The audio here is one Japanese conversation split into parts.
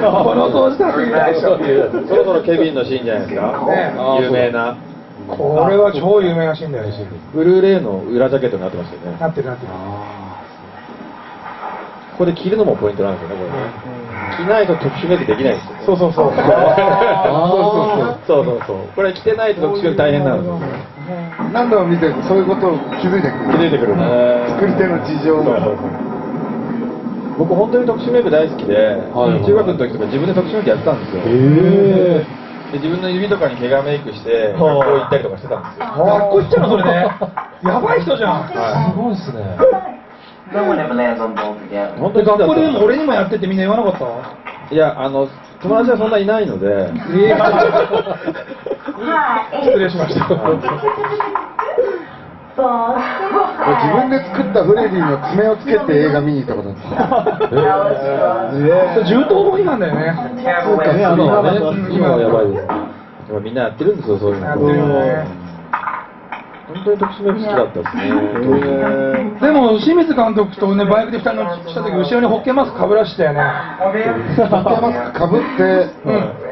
この当時だけないでしょ。そろそろケビンのシーンじゃないですか、ね有名な、これは超有名なシーンだよ。ブルーレイの裏ジャケットになってましたよね、なってるなってる。ここで着るのもポイントなんですよね、これね、着ないと特殊メイクできないんですよ、そうそうそう。あー そうそうそう、これ着てないと特殊メイク大変なんですよ、何度も見てるとそういうことを気づいてく気づいてるくる作り手の事情そうそうがそう僕、本当に特殊メイク大好きで、はい中学の時とか自分で特殊メイクやってたんですよ。えで自分の指とかに毛がメイクして学校行ったりとかしてたんですよ学校行っちゃうのそれね。 やばい人じゃん。すごいですね。 No one ever lands on both together. 本当に好きだ学った校んでですも俺にもやってってみんな言わなかったいやあの友達はそんないないので 失礼しました。自分で作ったフレディの爪をつけて映画見に行ったことある uh, それ銃刀法違反だよね。 Terrible way 今 to はね今はやばいです今みんなやってるんですよそういうのやってるよね本当に特殊メイク好きだったですねでも清水監督とねバイクで二人乗った時後ろにホッケマスク被らしてたよね。ホッケーマスクかぶって、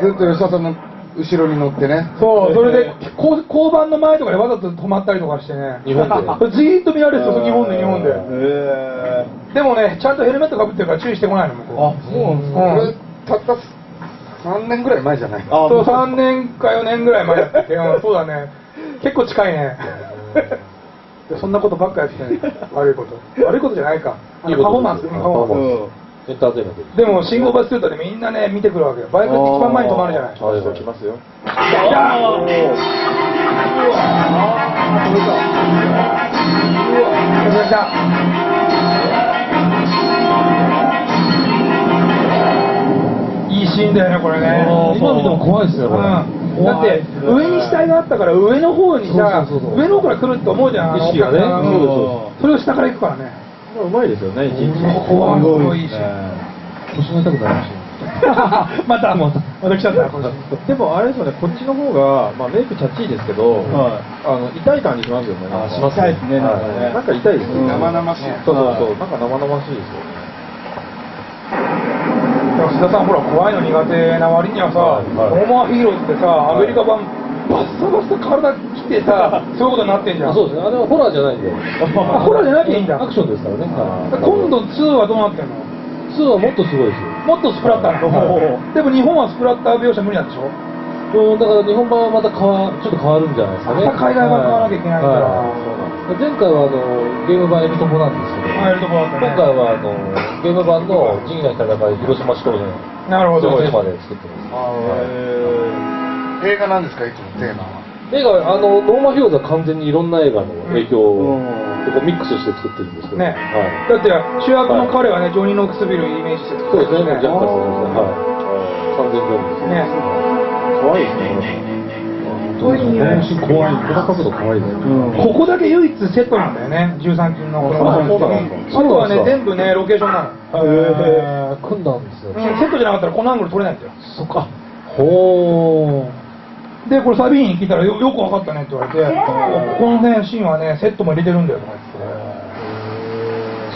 ずっと吉田さんの後ろに乗ってねそう、それでこう交番の前とかでわざと止まったりとかしてね。日本で これじーっと見られてた日本で日本で。へでもねちゃんとヘルメットかぶってるから注意してこないの向こう。もうこれたった3年ぐらい前じゃないあそうそう3年か4年ぐらい前やってて、 うんそうだね、結構近いね、 そんなことばっかやってね、悪いこと、悪いことじゃないか、あいいのことパフォーマンス、うパんフォーマンエンターテイナーでス、でも信号バスルートでみんなね、見てくるわけよ、バイクって一番前に止まるじゃない、はいはい来ますよ来ましたいいシーンだよね、これね。今見ても怖いですね、これ。うんだって上に死体があったから上の方にさそうそうそうそう上の方から来ると思うじゃんあの意識がねお客さんそううんそれを下から行くからね うまいですよね一日ここはすごいいいし腰が痛くなりましまたまた来ちゃったこの人 でもあれですよね、こっちの方が、まあ、メイクチャッチいですけど、あの痛い感じしますよね、なんかあしますね痛いですねはなんか痛いですよね、生々しいそうそうそう、なんか生々しいですよね、でも須田さんほら怖いの苦手な割にはさい「ノーマンヒーロー」ってさアメリカ版バッサバサ体切って さそういうことになってんじゃんあ、そうですね。あれはホラーじゃないんで。あホラーじゃなきゃいいんだアクションですからね。で今度2はどうなってんの2はもっとすごいですよ。もっとスプラッターな のでも日本はスプラッター描写無理なんでしょうん、だから日本版はまた変わ、ちょっと変わるんじゃないですかね。また海外版変わらなきゃいけないからはい前回はあのゲーム版エミトモなんですけあど、やるとこだったね今回はあのゲーム版の仁義なき戦い広島市長のなるほそどのテーマで作ってま映画なんですかいつもテーマはす。映画はあのノーマンヒーローズは完全にいろんな映画の影響を、こうミックスして作ってるんですけど、ね、はだっい。て主役の彼はね、ジョニー・ノックスビルイメージしてそうですね、もうジャねッカスですね、はい。完全ジャッカスですね。怖いですね、怖い怖い。この角度怖いですね。ここだけ唯一セットなんだよね13金のこのあそうなんだあとはね全部ねロケーションなの、へー組んだんですよ。うん、セットじゃなかったらこのアングル撮れないんだよそっか。ほー。でこれサビーに聞いたらよよく分かったねって言われて、ここのねシーンはねセットも入れてるんだよとか言って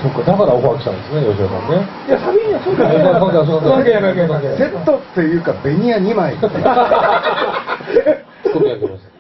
そっか、だからオファー来たんですね、吉田さんね。いやサビーにはそうじゃないそうだそうだそうだ関係ない関係ない関係セないットっていうかベニヤ2枚ツッコミが来ました。